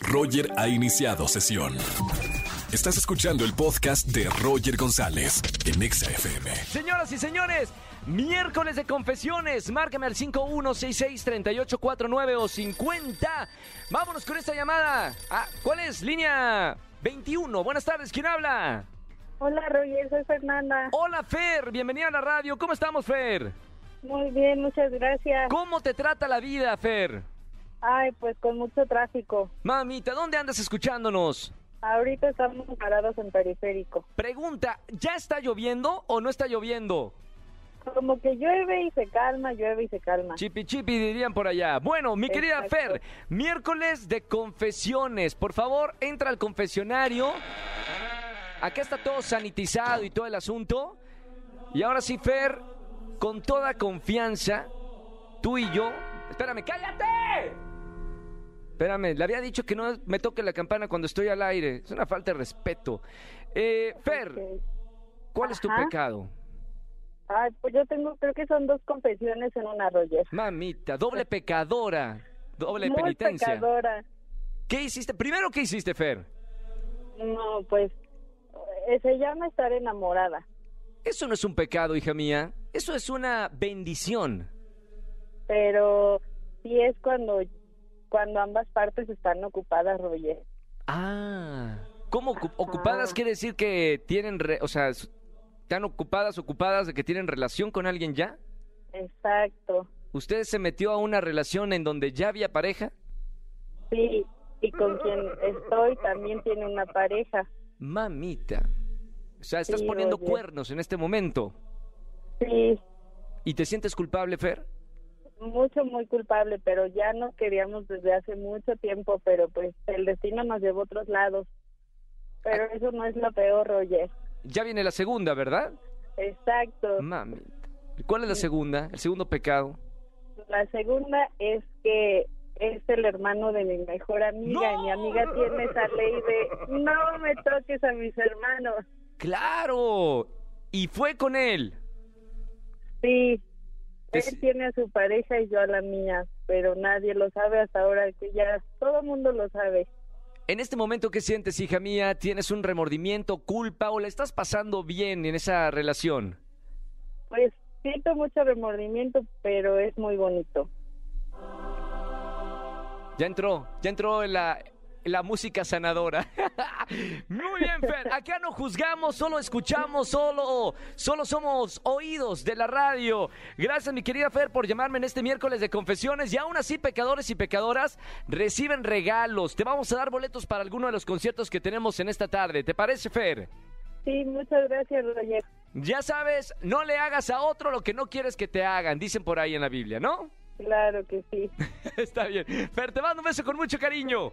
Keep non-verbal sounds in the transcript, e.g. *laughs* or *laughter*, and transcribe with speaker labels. Speaker 1: Roger ha iniciado sesión. Estás escuchando el podcast de Roger González en Exa FM.
Speaker 2: Señoras y señores, miércoles de confesiones. Márcame al 5166-3849 o 50. Vámonos con esta llamada. Ah, ¿Cuál es? Línea 21. Buenas tardes, ¿quién habla?
Speaker 3: Hola Roger, soy Fernanda.
Speaker 2: Hola, Fer. Bienvenida a la radio. ¿Cómo estamos, Fer?
Speaker 3: Muy bien, muchas gracias.
Speaker 2: ¿Cómo te trata la vida, Fer?
Speaker 3: Ay, pues con mucho tráfico.
Speaker 2: Mamita, ¿dónde andas escuchándonos?
Speaker 3: Ahorita estamos parados en periférico.
Speaker 2: Pregunta, ¿ya está lloviendo o no está lloviendo?
Speaker 3: Como que llueve y se calma, llueve y se calma.
Speaker 2: Chipi chipi dirían por allá. Bueno, mi querida
Speaker 3: Exacto.
Speaker 2: Fer, miércoles de confesiones. Por favor, entra al confesionario. Acá está todo sanitizado y todo el asunto. Y ahora sí, Fer, con toda confianza, tú y yo. Espérame, cállate. Espérame, le había dicho que no me toque la campana cuando estoy al aire. Es una falta de respeto. Eh, Fer,
Speaker 3: Ok.
Speaker 2: ¿cuál es tu
Speaker 3: Ajá.
Speaker 2: pecado?
Speaker 3: Ay, pues yo tengo, creo que son dos confesiones en una, Roger.
Speaker 2: Mamita, doble pecadora, doble
Speaker 3: Muy
Speaker 2: penitencia.
Speaker 3: pecadora.
Speaker 2: ¿Qué hiciste? Primero, ¿qué hiciste, Fer?
Speaker 3: No, pues eh, se llama estar enamorada.
Speaker 2: Eso no es un pecado, hija mía. Eso es una bendición.
Speaker 3: Pero sí es cuando, cuando ambas partes están ocupadas, Roger.
Speaker 2: Ah, ¿cómo ocu- ocupadas quiere decir que tienen, re- o sea, s- están ocupadas, ocupadas de que tienen relación con alguien ya?
Speaker 3: Exacto.
Speaker 2: ¿Usted se metió a una relación en donde ya había pareja?
Speaker 3: Sí, y con quien estoy también tiene una pareja.
Speaker 2: Mamita. O sea, estás
Speaker 3: Sí,
Speaker 2: poniendo
Speaker 3: oye.
Speaker 2: cuernos en este momento.
Speaker 3: Sí,
Speaker 2: ¿Y te sientes culpable, Fer?
Speaker 3: mucho, muy culpable, pero ya nos queríamos desde hace mucho tiempo, pero pues el destino nos llevó a otros lados. Pero eso no es lo peor, Roger.
Speaker 2: Ya viene la segunda, ¿verdad?
Speaker 3: Exacto.
Speaker 2: Mm. Mamita. ¿Cuál es la segunda? El segundo pecado.
Speaker 3: La segunda es que es el hermano de mi mejor amiga y mi amiga tiene esa ley de no me toques a mis hermanos.
Speaker 2: ¡Claro! Y fue con él.
Speaker 3: Sí,
Speaker 2: Es-
Speaker 3: él tiene a su pareja y yo a la mía, pero nadie lo sabe hasta ahora que ya todo el mundo lo sabe.
Speaker 2: En este momento, ¿qué sientes, hija mía? ¿Tienes un remordimiento, culpa o la estás pasando bien en esa relación?
Speaker 3: Pues siento mucho remordimiento, pero es muy bonito.
Speaker 2: Ya entró, ya entró en la, en la música sanadora. *laughs* Muy bien, Fer. Acá no juzgamos, solo escuchamos, solo, solo somos oídos de la radio. Gracias, mi querida Fer, por llamarme en este miércoles de confesiones. Y aún así, pecadores y pecadoras reciben regalos. Te vamos a dar boletos para alguno de los conciertos que tenemos en esta tarde. ¿Te parece, Fer?
Speaker 3: Sí, muchas gracias, Roger.
Speaker 2: Ya sabes, no le hagas a otro lo que no quieres que te hagan, dicen por ahí en la Biblia, ¿no? *laughs*
Speaker 3: Claro que sí.
Speaker 2: Está bien. Fer, te mando un beso con mucho cariño.